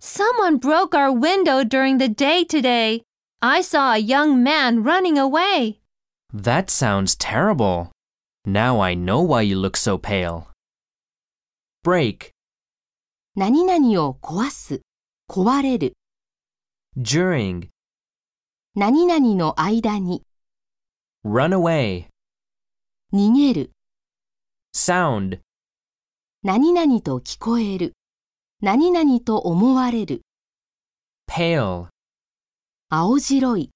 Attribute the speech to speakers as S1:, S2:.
S1: Someone broke our window during the day today. I saw a young man running away.
S2: That sounds terrible. Now I know why you look so pale. Break
S3: 何々を壊す、壊れる、
S2: during
S3: 何々の間に、
S2: run away
S3: 逃げる、
S2: sound
S3: 何々と聞こえる、何々と思われる、
S2: pale
S3: 青白い、